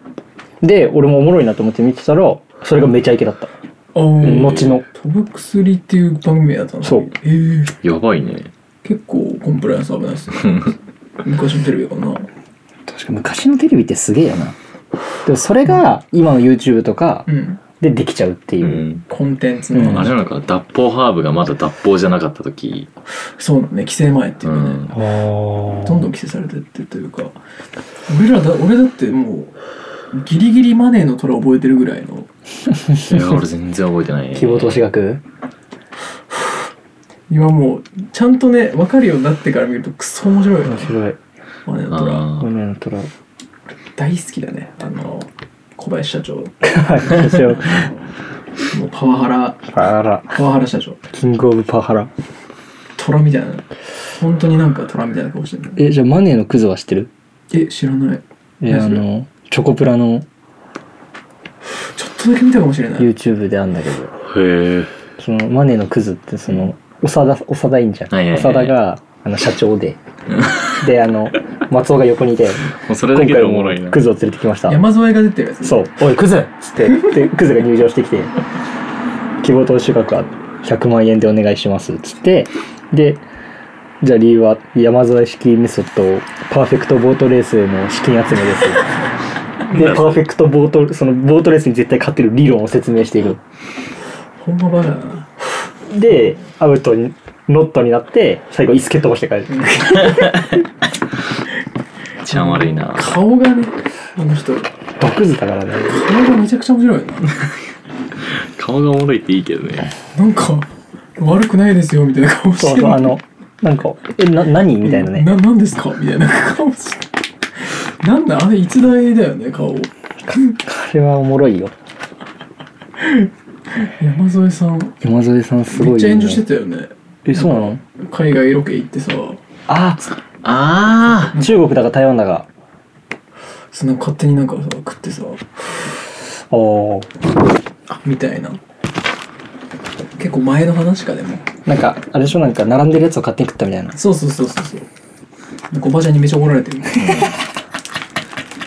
Speaker 1: で俺もおもろいなと思って見てたらそれがめちゃイケだった、
Speaker 4: あー
Speaker 1: 後の
Speaker 4: 飛ぶ薬っていう番組だったの
Speaker 1: そう
Speaker 4: えー
Speaker 3: やばいね
Speaker 4: 結構コンプライアンス危ないっ [LAUGHS] すね昔のテレビかな
Speaker 1: 確か昔のテレビってすげえよなでもそれが今の YouTube とか
Speaker 4: うん
Speaker 1: でできちゃうっていうう、
Speaker 3: ん
Speaker 4: コンテンツの
Speaker 1: うん
Speaker 3: あれ
Speaker 4: 話
Speaker 3: なのか脱法ハーブがまだ脱法じゃなかった時
Speaker 4: そうだね規制前っていうかね、
Speaker 3: うん
Speaker 4: どんどん規制されてってというか俺らだ俺だってもうギリギリマネーの虎覚えてるぐらいの
Speaker 3: いや俺全然覚えてない
Speaker 1: 希望投資額
Speaker 4: 今もうちゃんとね分かるようになってから見るとクソ面白いよね
Speaker 1: 白い
Speaker 4: マネーの虎
Speaker 3: あ
Speaker 1: ごめんトラ
Speaker 4: 大好きだねあの小林社長もう
Speaker 1: はい社長
Speaker 4: パワハラ
Speaker 1: あら
Speaker 4: パワハラ社長
Speaker 1: キングオブパワハラ
Speaker 4: 虎みたいな本当になんか虎みたいな顔してるね
Speaker 1: えじゃあマネーのクズは知ってる
Speaker 4: え知らない
Speaker 1: え
Speaker 4: 何
Speaker 1: あ
Speaker 4: それ
Speaker 1: のチョコプラの
Speaker 4: ちょっとだけ見たかもしれない
Speaker 1: YouTube であんだけど
Speaker 3: ーへえ
Speaker 1: そのマネーのクズってその長田長田いいんじゃん
Speaker 3: はいはいはい
Speaker 1: 長田があの社長でであの松尾が横にいて
Speaker 3: もうそれ
Speaker 1: 今
Speaker 3: だけで
Speaker 1: 回
Speaker 3: おもろい
Speaker 1: も
Speaker 3: な
Speaker 1: クズを連れてきました
Speaker 4: 山添が出てるやつ
Speaker 1: そう「おいクズ!」っつってでクズが入場してき
Speaker 4: [LAUGHS]
Speaker 1: て「希望投資額は100万円でお願いします」っつってでじゃあ理由は山添式メソッドパーフェクトボートレースへの資金集めです
Speaker 4: [LAUGHS]
Speaker 1: でパーフェクトボートそのボートレースに絶対勝てる理論を説明していく
Speaker 4: ほんまバカだな
Speaker 1: でアウトにノットになって最後椅子蹴っ飛ばして帰る
Speaker 3: ちゃん悪いな
Speaker 4: 顔がねあの人
Speaker 1: 毒ズだからね
Speaker 4: 顔がめちゃくちゃ面白いな
Speaker 3: 顔がおもろいっていいけどね
Speaker 4: なんか悪くないですよみたいな顔して
Speaker 1: そう
Speaker 4: る
Speaker 1: そうあのなんか「えな何?」みたいなね
Speaker 4: ななんですかみたいな顔してなんだあれ逸材だよね顔
Speaker 1: あれはおもろいよ
Speaker 4: 山添さん
Speaker 1: 山添さんす
Speaker 4: め
Speaker 1: ご
Speaker 4: っ
Speaker 1: い
Speaker 4: ち
Speaker 1: よ
Speaker 4: ゃ
Speaker 1: ね
Speaker 4: 炎上してたよね
Speaker 1: えそうなの
Speaker 4: 海外ロケ行ってさ
Speaker 1: あ
Speaker 3: ああ
Speaker 1: 中国だか台湾だか
Speaker 4: そんな勝手になんかさ食ってさ
Speaker 1: おー
Speaker 4: あみたいな結構前の話かでも
Speaker 1: なんかあれでしょなんか並んでるやつを勝手に食ったみたいな
Speaker 4: そうそうそうそうそうなんかおばちゃんにめっちゃ怒られてる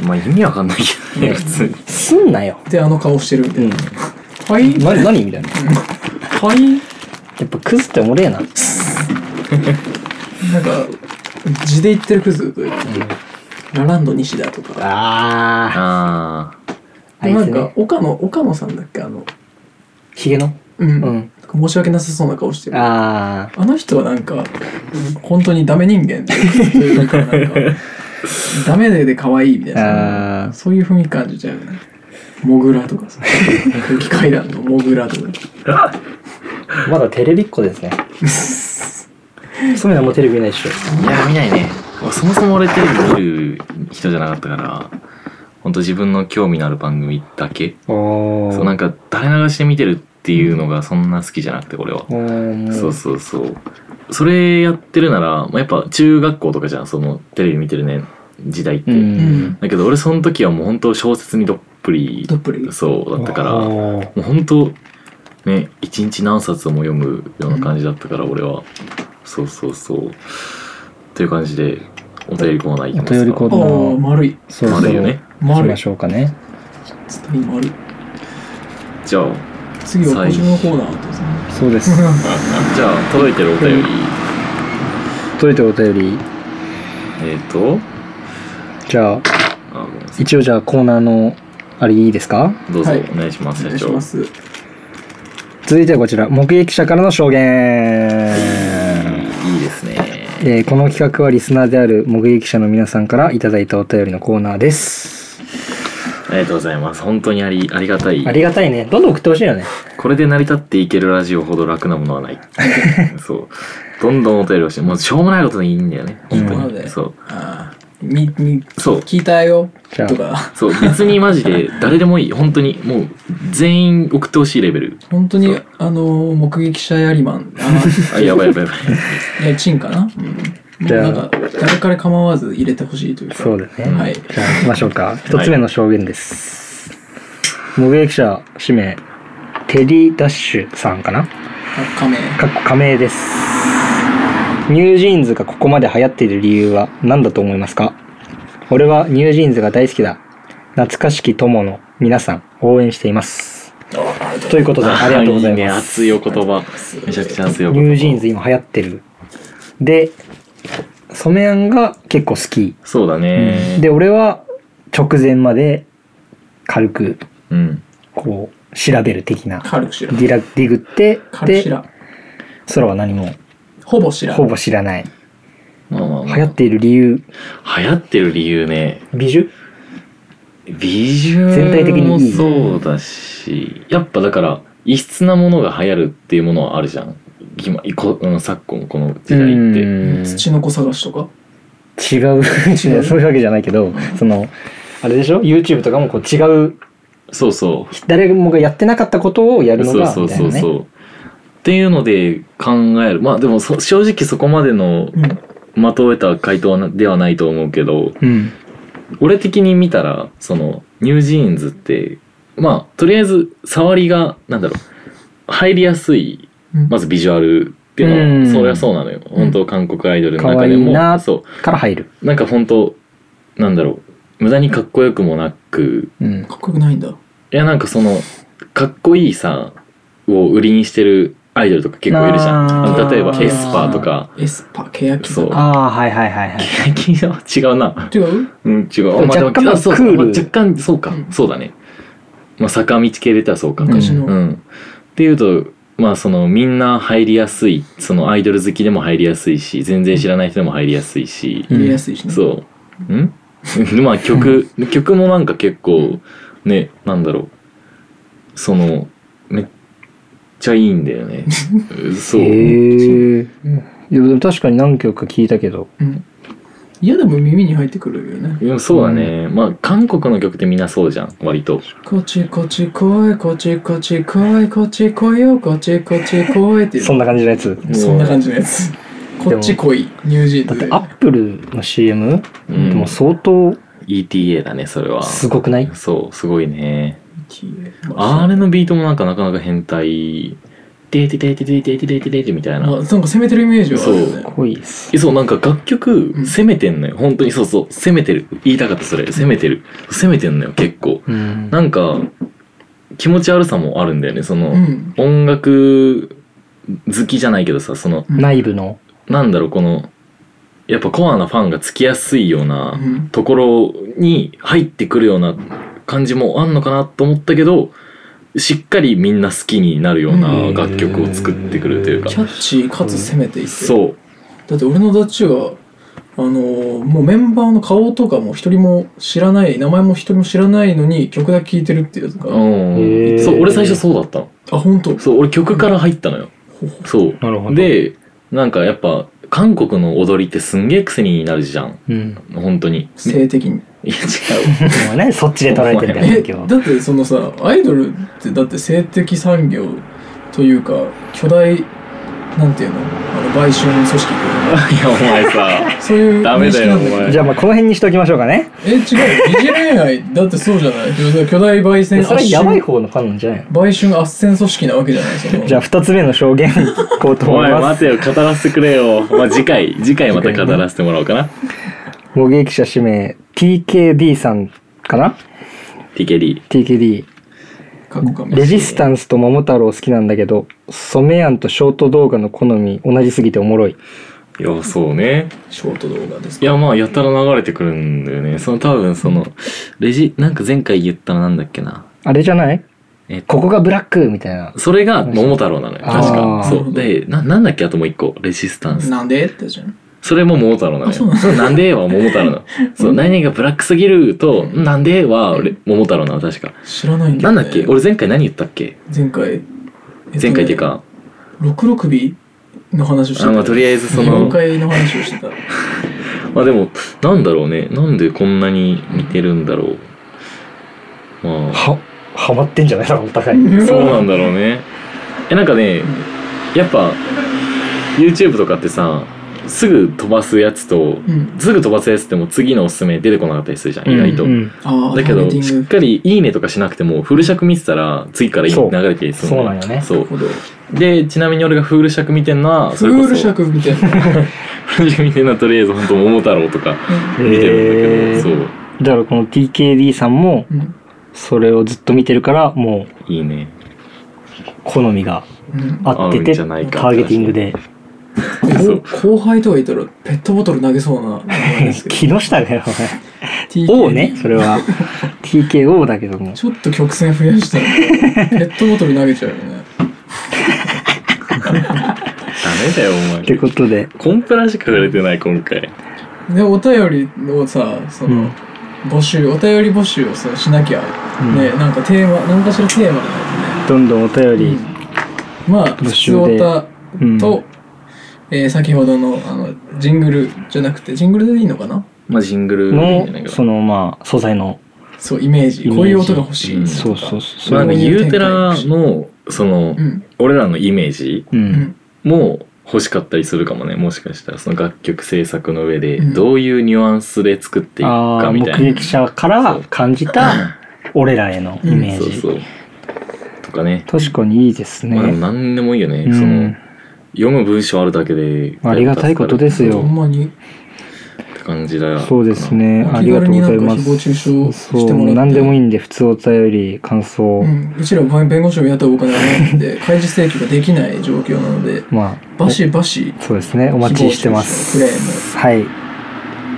Speaker 3: まあ意味わかんないけどね普通に
Speaker 1: すんなよ
Speaker 4: であの顔してるみ
Speaker 1: う
Speaker 4: たい
Speaker 1: ん
Speaker 4: な、はい
Speaker 1: な何みたいな
Speaker 4: はい
Speaker 1: やっぱクズっておもれえな
Speaker 4: なんか地で言ってるクズというか、ラランド西田とか
Speaker 1: あ
Speaker 3: あ
Speaker 1: あい
Speaker 4: な
Speaker 1: つ
Speaker 4: んか
Speaker 1: ね
Speaker 4: 岡野岡野さんだっけあの
Speaker 1: ヒゲの
Speaker 4: うん、
Speaker 1: うん
Speaker 4: なんか申し訳なさそうな顔してるあ
Speaker 1: ああ
Speaker 4: の人はなんか本当にダメ人間というかなんかダメでで可愛いみたい
Speaker 1: あ
Speaker 4: な
Speaker 1: ー
Speaker 4: そういう雰囲気感じちゃうよねモグラとかさ空気階段のモグラとか
Speaker 1: まだテレビっ子ですねそういうのもうテレビ見ないでしょ
Speaker 3: あいや見ないねそもそも俺テレビ見る人じゃなかったからほんと自分の興味のある番組だけ
Speaker 1: お
Speaker 3: そうなんか垂れ流して見てるっていうのがそんな好きじゃなくて俺は
Speaker 1: そ
Speaker 3: そうそうそうそれやってるなら、まあ、やっぱ中学校とかじゃんそのテレビ見てるね時代って、
Speaker 1: うん
Speaker 3: だけど俺その時はもう本当小説にどっぷり
Speaker 4: どっぷり
Speaker 3: そうだったからも
Speaker 1: おー
Speaker 3: う本当ね一日何冊も読むような感じだったから俺は、そうそうそうという感じでお便りコーナーいきますか
Speaker 1: お便りコーナ
Speaker 4: ああ丸い
Speaker 1: そう
Speaker 3: あ
Speaker 1: そう
Speaker 3: れよね
Speaker 1: 行き
Speaker 4: 丸
Speaker 1: ま
Speaker 4: い
Speaker 1: しょうかね
Speaker 4: つったに丸い
Speaker 3: じゃあ
Speaker 4: 次は個人のコーナーとさ
Speaker 1: そう [LAUGHS] です
Speaker 3: じゃあ届いてるお便り、
Speaker 1: 届いてるお便り
Speaker 3: えっ、と
Speaker 1: じゃあ
Speaker 3: あごめんなさい
Speaker 1: 一応じゃあコーナーのあれいいですか
Speaker 3: どうぞ
Speaker 4: はい
Speaker 3: お願いします、
Speaker 4: お願い
Speaker 3: 社
Speaker 4: し
Speaker 3: 長
Speaker 4: ます
Speaker 1: 続いてはこちら目撃者からの証言
Speaker 4: いいですね。
Speaker 1: えーこの企画はリスナーである目撃者の皆さんからいただいたお便りのコーナーです
Speaker 3: ありがとうございます本当にありありがたい
Speaker 1: ありがたいねどんどん送ってほしいよね
Speaker 3: これで成り立っていけるラジオほど楽なもの
Speaker 1: [LAUGHS]
Speaker 3: はないそうどんどんお便りをしてもうしょうもないことでいいんだよね本
Speaker 4: しょうも
Speaker 3: 当
Speaker 4: ないことで
Speaker 3: にそう
Speaker 4: あーみ、み、
Speaker 3: そう
Speaker 4: 聞いたよ
Speaker 1: じゃあ
Speaker 4: とか、
Speaker 3: そう別にマ
Speaker 1: [LAUGHS]
Speaker 3: ジで誰でもいい本当にもう全員送ってほしいレベル
Speaker 4: 本当に
Speaker 3: そう、
Speaker 4: あのー、目撃者やりマン、あ
Speaker 3: あやばいやばいやばい
Speaker 4: ーいや、チンかな、うん、
Speaker 1: じゃあ
Speaker 4: もうなんか、誰から構わず入れてほしいというか。
Speaker 1: そうだね、
Speaker 4: はい
Speaker 1: じゃあ行きましょうか一つ目の証言です、目撃者氏名テリー・ダッシュさんかな
Speaker 4: カメ。
Speaker 1: かっこ仮名ですニュージーンズがここまで流行っている理由は何だと思いますか俺はニュージーンズが大好きだ懐かしき友の皆さん応援していますということでありがとうござい
Speaker 3: ね
Speaker 1: ます
Speaker 3: 熱いお言葉めちゃくちゃ熱いお言葉
Speaker 1: ニュージーンズ今流行ってるでソメアンが結構好き
Speaker 3: そうだね、
Speaker 1: で俺は直前まで軽く
Speaker 3: うん
Speaker 1: こう調べる的な
Speaker 4: 軽く知ら
Speaker 1: ディラディグって
Speaker 4: 軽く知
Speaker 1: で
Speaker 4: ら
Speaker 1: 空は何も
Speaker 4: ほぼ知ら
Speaker 1: ほぼ知らない
Speaker 3: まあまあまあ
Speaker 1: 流行っている理由
Speaker 3: 流行ってる理由ね
Speaker 1: 美術
Speaker 3: ビジュアル
Speaker 1: 全体的に
Speaker 3: も
Speaker 1: いい
Speaker 3: そうだしやっぱだから異質なものが流行るっていうものはあるじゃん今こうん昨今この時代って
Speaker 1: うん
Speaker 4: 土の子探しとか
Speaker 1: 違う違う [LAUGHS] そういうわけじゃないけどそのあれでしょ YouTube とかもこう違う
Speaker 3: そうそう
Speaker 1: 誰もがやってなかったことをやるの
Speaker 3: そう
Speaker 1: が
Speaker 3: そう
Speaker 1: みたい
Speaker 3: そ
Speaker 1: な
Speaker 3: う
Speaker 1: ね
Speaker 3: そう、っていうので考えるまあでもそ正直そこまでの
Speaker 4: うん。
Speaker 3: まとえた回答はなではないと思うけど
Speaker 1: うん
Speaker 3: 俺的に見たらそのニュージーンズってまあとりあえず触りがなんだろう入りやすい
Speaker 4: うん
Speaker 3: まずビジュアルっていうのは、
Speaker 1: うん
Speaker 3: そりゃそうなのよ本当韓国アイドルの
Speaker 1: 可
Speaker 3: 中
Speaker 1: 愛
Speaker 3: で
Speaker 1: い
Speaker 3: も
Speaker 1: な
Speaker 3: そ
Speaker 1: から入る
Speaker 3: うなんか本当なんだろう無駄にかっこよくもなく
Speaker 1: うん
Speaker 4: かっこよくないんだ。
Speaker 3: いやなんかそのかっこいいさを売りにしてるアイドルとか結構いるじゃん
Speaker 1: あ
Speaker 3: あ
Speaker 1: ー
Speaker 3: の例えばエスパー
Speaker 1: [LAUGHS]
Speaker 3: とか
Speaker 4: エスパー、ケヤキ
Speaker 3: そう
Speaker 1: ああはいはいはいはい
Speaker 3: いや [LAUGHS] 違うな
Speaker 4: 違う
Speaker 3: うん違う
Speaker 1: も若干
Speaker 3: あそうそう
Speaker 1: クール
Speaker 3: まあ若干そうか、
Speaker 4: うん
Speaker 3: そうだねまあ坂道系で言ったらそうか
Speaker 4: 昔の。
Speaker 3: うん、っていうとまあそのみんな入りやすいそのアイドル好きでも入りやすいし全然知らない人でも入りやすいし、
Speaker 4: 入れやすいしね。
Speaker 3: そううん [LAUGHS] まあ曲曲もなんか結構ねなんだろうそのめっちゃいいんだよ [LAUGHS] ねそう、
Speaker 1: へえ
Speaker 4: うん。
Speaker 1: いやでも確かに何曲か聞いたけど
Speaker 4: うん。いやでも耳に入ってくるよね。
Speaker 3: でもそうだね、まあ韓国の曲ってみんなそうじゃん割と
Speaker 4: こっちこっち来い、こっちこっち来い、こっち来いよ、こっちこっち来いっていう。
Speaker 1: そんな感じのやつ
Speaker 3: な
Speaker 4: そんな感じのやつ。こっち来い、ニュージー
Speaker 1: だっ
Speaker 4: ラン
Speaker 1: て
Speaker 4: ドで。
Speaker 1: アップルの CM
Speaker 3: う
Speaker 1: で
Speaker 3: ん
Speaker 1: も相当
Speaker 3: ETA だねそれは
Speaker 1: すごくない
Speaker 3: そうすごいねあ
Speaker 4: あ
Speaker 3: れのビートもなんかなかなか変態。でてでてでてでてでてでてみたい
Speaker 4: まあ、
Speaker 3: な。
Speaker 4: なんか攻めてるイメージはあるよね。
Speaker 1: 濃いっす
Speaker 3: えそう、なんか楽曲
Speaker 4: うん
Speaker 3: 攻めてんのよ。本当にそうそう。攻めてる。言いたかったそれ。攻めてる。攻めてんのよ、結構。
Speaker 1: うん
Speaker 3: なんか、気持ち悪さもあるんだよね。その、
Speaker 4: うん。
Speaker 3: 音楽好きじゃないけどさ、その、
Speaker 1: 内部の
Speaker 3: なんだろう、この、やっぱコアなファンがつきやすいよう
Speaker 4: う。
Speaker 3: なんところに入ってくるような感じもあんのかなと思ったけどしっかりみんな好きになるような楽曲を作ってくるというか
Speaker 4: キャッチーかつ攻めていって。
Speaker 3: そう
Speaker 4: だって俺のダッチはあのーもうメンバーの顔とかも一人も知らない名前も一人も知らないのに曲だけ聴いてるっていうやつ
Speaker 3: う
Speaker 4: が
Speaker 1: へ
Speaker 3: ん
Speaker 1: ー
Speaker 3: そう俺最初そうだったの
Speaker 4: あ本当
Speaker 3: そう俺曲から入ったのよそ
Speaker 1: なるほど
Speaker 3: うでなんかやっぱ韓国の踊りってすんげえ癖になるじゃん
Speaker 1: うん
Speaker 3: 本当にね
Speaker 4: 性的に
Speaker 3: いや違
Speaker 1: お前ねそっちで捉えてんだ
Speaker 4: え
Speaker 1: よ今日
Speaker 4: だってそのさアイドルってだって性的産業というか巨大なんていうのあの買収の組織という
Speaker 3: [LAUGHS]
Speaker 4: か
Speaker 3: ういやお前
Speaker 1: [LAUGHS]
Speaker 3: さ
Speaker 4: そういう
Speaker 3: ダメだよ
Speaker 4: 認識なん
Speaker 3: お前
Speaker 1: じゃあまあこの辺にしておきましょうかね
Speaker 4: え違う二次恋愛だってそうじゃない巨大巨大焙煎
Speaker 1: それやばい方のファンなんじゃないの
Speaker 4: 売春斡旋組織なわけじゃないその
Speaker 1: じゃあ2つ目の証言聞こうと
Speaker 3: お
Speaker 1: 思い
Speaker 3: 前
Speaker 1: ま
Speaker 3: [LAUGHS] 待
Speaker 1: す
Speaker 3: てよ語らせてくれよまあ次回次回また語らせてもらおうか
Speaker 1: [LAUGHS]
Speaker 3: な
Speaker 1: 目撃者氏名 TKD さんかな
Speaker 3: TKD
Speaker 1: TKD
Speaker 4: 過去かも
Speaker 1: レジスタンスと桃太郎好きなんだけどソメアンとショート動画の好み同じすぎておもろい
Speaker 3: いやそうね
Speaker 4: ショート動画です
Speaker 3: いやまあやたら流れてくるんだよねその多分そのレジなんか前回言ったらなんだっけな
Speaker 1: あれじゃない
Speaker 3: えっと
Speaker 1: ここがブラックみたいな。
Speaker 3: それが桃太郎なのよ確
Speaker 1: あ
Speaker 3: か
Speaker 1: ー
Speaker 3: そうでななんだっけあともう一個レシスタンス
Speaker 4: なんでってじゃん。
Speaker 3: それも桃太郎なのよ
Speaker 4: あそうなんだ
Speaker 3: そうなんでは桃太郎な
Speaker 4: [LAUGHS]
Speaker 3: のそう何々がブラックすぎるとなんではレ桃太郎なの確か
Speaker 4: 知らないんだ
Speaker 3: な
Speaker 4: よ
Speaker 3: ん
Speaker 4: ね
Speaker 3: だっけ俺前回何言ったっけ
Speaker 4: 前回。
Speaker 3: 前回っていう。か
Speaker 4: 六六日の話をして
Speaker 3: あ
Speaker 4: た。
Speaker 3: まあとりあえずその
Speaker 4: 妖怪の話をし
Speaker 3: [LAUGHS]
Speaker 4: てた。
Speaker 3: まあでもなんだろうねなんでこんなに似てるんだろうまあ
Speaker 1: は、はまってんじゃないのお互い。
Speaker 3: そうなんだろうねえなんかねやっぱ YouTube とかってさすぐ飛ばすやつと
Speaker 4: うん。
Speaker 3: すぐ飛ばすやつってもう次のおすすめ出てこなかったりするじゃん意外と、
Speaker 1: うんうん
Speaker 4: ああ、
Speaker 3: だけ
Speaker 4: ターゲ
Speaker 3: ど
Speaker 4: ティ
Speaker 3: しっ
Speaker 4: ング
Speaker 3: かり「いいね」とかしなくてもフル尺見てたら次からいい
Speaker 1: そ
Speaker 3: ね
Speaker 1: う
Speaker 3: 流れてきて
Speaker 1: そうなんよね。
Speaker 3: そう
Speaker 4: なるほど
Speaker 3: でちなみに俺がフル尺見てんのはそれこ
Speaker 4: フ
Speaker 3: そ
Speaker 4: ール尺みたいな。
Speaker 1: [LAUGHS]
Speaker 3: フル尺見てんのはとりあえず本当桃太郎とか
Speaker 1: え
Speaker 3: 見てるんだけど、
Speaker 1: ー、だからこの TKD さんも
Speaker 4: うん。
Speaker 1: それをずっと見てるからも
Speaker 3: そういいね [LAUGHS]
Speaker 1: う好みが
Speaker 4: うん
Speaker 1: 合って
Speaker 3: 合うん
Speaker 1: て
Speaker 3: じ
Speaker 1: タ
Speaker 3: ゃないか
Speaker 1: ーゲティングで
Speaker 3: そう
Speaker 4: 後後輩とはいたらペットボトル投げそ
Speaker 1: [LAUGHS]
Speaker 4: うな名前ですけど
Speaker 1: 木下だよ
Speaker 4: TK
Speaker 1: O ねそれ [LAUGHS] は TKO だけども
Speaker 4: ちょっと曲線増やしたら
Speaker 1: [LAUGHS]
Speaker 4: ペットボトル投げちゃうよね
Speaker 3: ダメだよお
Speaker 1: って
Speaker 3: 前
Speaker 1: ことで
Speaker 3: コンプラしか触れてない今回
Speaker 4: でお便りをさその、
Speaker 1: うん
Speaker 4: 募集お便り募集をさしなきゃ、
Speaker 1: うん
Speaker 4: ねなんかテーマ何かしらテーマがない
Speaker 1: どんどんお便り
Speaker 4: とねまあ
Speaker 1: 募
Speaker 4: 普
Speaker 1: 集
Speaker 4: 通
Speaker 1: で
Speaker 4: オタと、
Speaker 1: う
Speaker 4: えー先ほどのあのジングルじゃなくてジングルでいいのかな
Speaker 3: まあジングル
Speaker 1: の
Speaker 3: じゃないか
Speaker 1: そのまあ素材の
Speaker 4: そうイメージ
Speaker 1: イメージ
Speaker 4: こういう音が欲しいとか、
Speaker 3: うん
Speaker 1: そうそうそ
Speaker 3: まあ
Speaker 1: う
Speaker 3: なんか
Speaker 4: そういう
Speaker 3: ユ
Speaker 4: 展
Speaker 3: ーテ
Speaker 4: 開
Speaker 3: ラのその、
Speaker 4: うん
Speaker 3: 俺らのイメージ
Speaker 1: う
Speaker 4: うんん
Speaker 3: も欲しかったりするかもねもしかしたらその楽曲制作の上で
Speaker 4: うん
Speaker 3: どういうニュアンスで作っていく
Speaker 1: あ
Speaker 3: か
Speaker 1: ー
Speaker 3: み
Speaker 1: 目
Speaker 3: たいな、
Speaker 1: 撃者から感じた俺らへのイメ
Speaker 3: そう
Speaker 1: ー
Speaker 3: そ
Speaker 1: ジ
Speaker 3: うとかね
Speaker 1: 確かにいいですね
Speaker 3: まあでも何でもいいよね、
Speaker 1: うん
Speaker 3: その読む文章あるだけで
Speaker 1: ありがたいことですよ
Speaker 4: ほんまに
Speaker 3: って感じだよ
Speaker 1: そうですね
Speaker 4: うん
Speaker 1: ありがとうございま
Speaker 4: 気軽になんか誹謗中傷してもら
Speaker 1: す
Speaker 4: って
Speaker 1: そうもう何でもいいんで普通お便り感想
Speaker 4: うん、うちらは弁護士を雇うお金がないんで開示請求ができない状況なので
Speaker 1: まあ
Speaker 4: バシバシ
Speaker 1: そうですねお待ちしてます
Speaker 4: 誹謗中傷
Speaker 1: はい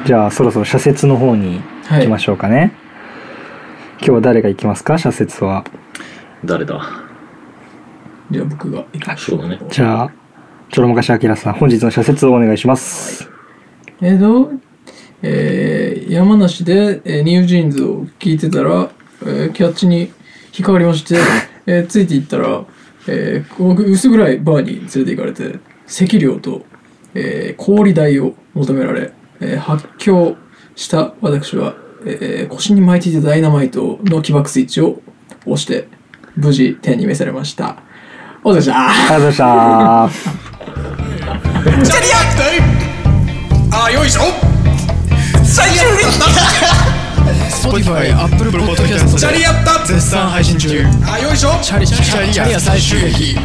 Speaker 1: じゃあそろそろ社説の方に
Speaker 4: クレームはい
Speaker 1: 行きましょうかね、今日は誰が行きますか社説は
Speaker 3: 誰だ
Speaker 4: じゃあ僕が行きまし
Speaker 3: そ
Speaker 4: ょ
Speaker 3: うだね
Speaker 4: う
Speaker 1: じゃあちょろまかしあきらさん本日の社説をお願いします
Speaker 4: えっと、えー山梨で、えーニュージーンズを聞いてたら、えーキャッチに引っかかりまして、えーついていったら、えー僕薄暗いバーに連れて行かれて席料と、えー氷代を求められ、えー発狂した私は、えー腰に巻いていたダイナマイトの起爆スイッチを押して無事手に召されました。お疲れ様でした
Speaker 1: ありがとうございました
Speaker 5: チャリアクテあーよいしょ最終日
Speaker 6: Spotify、Apple Podcast
Speaker 5: チャリ
Speaker 6: で
Speaker 5: アッタ
Speaker 6: 絶賛配信中
Speaker 5: あーよいしょ
Speaker 6: チャリチャリア最終劇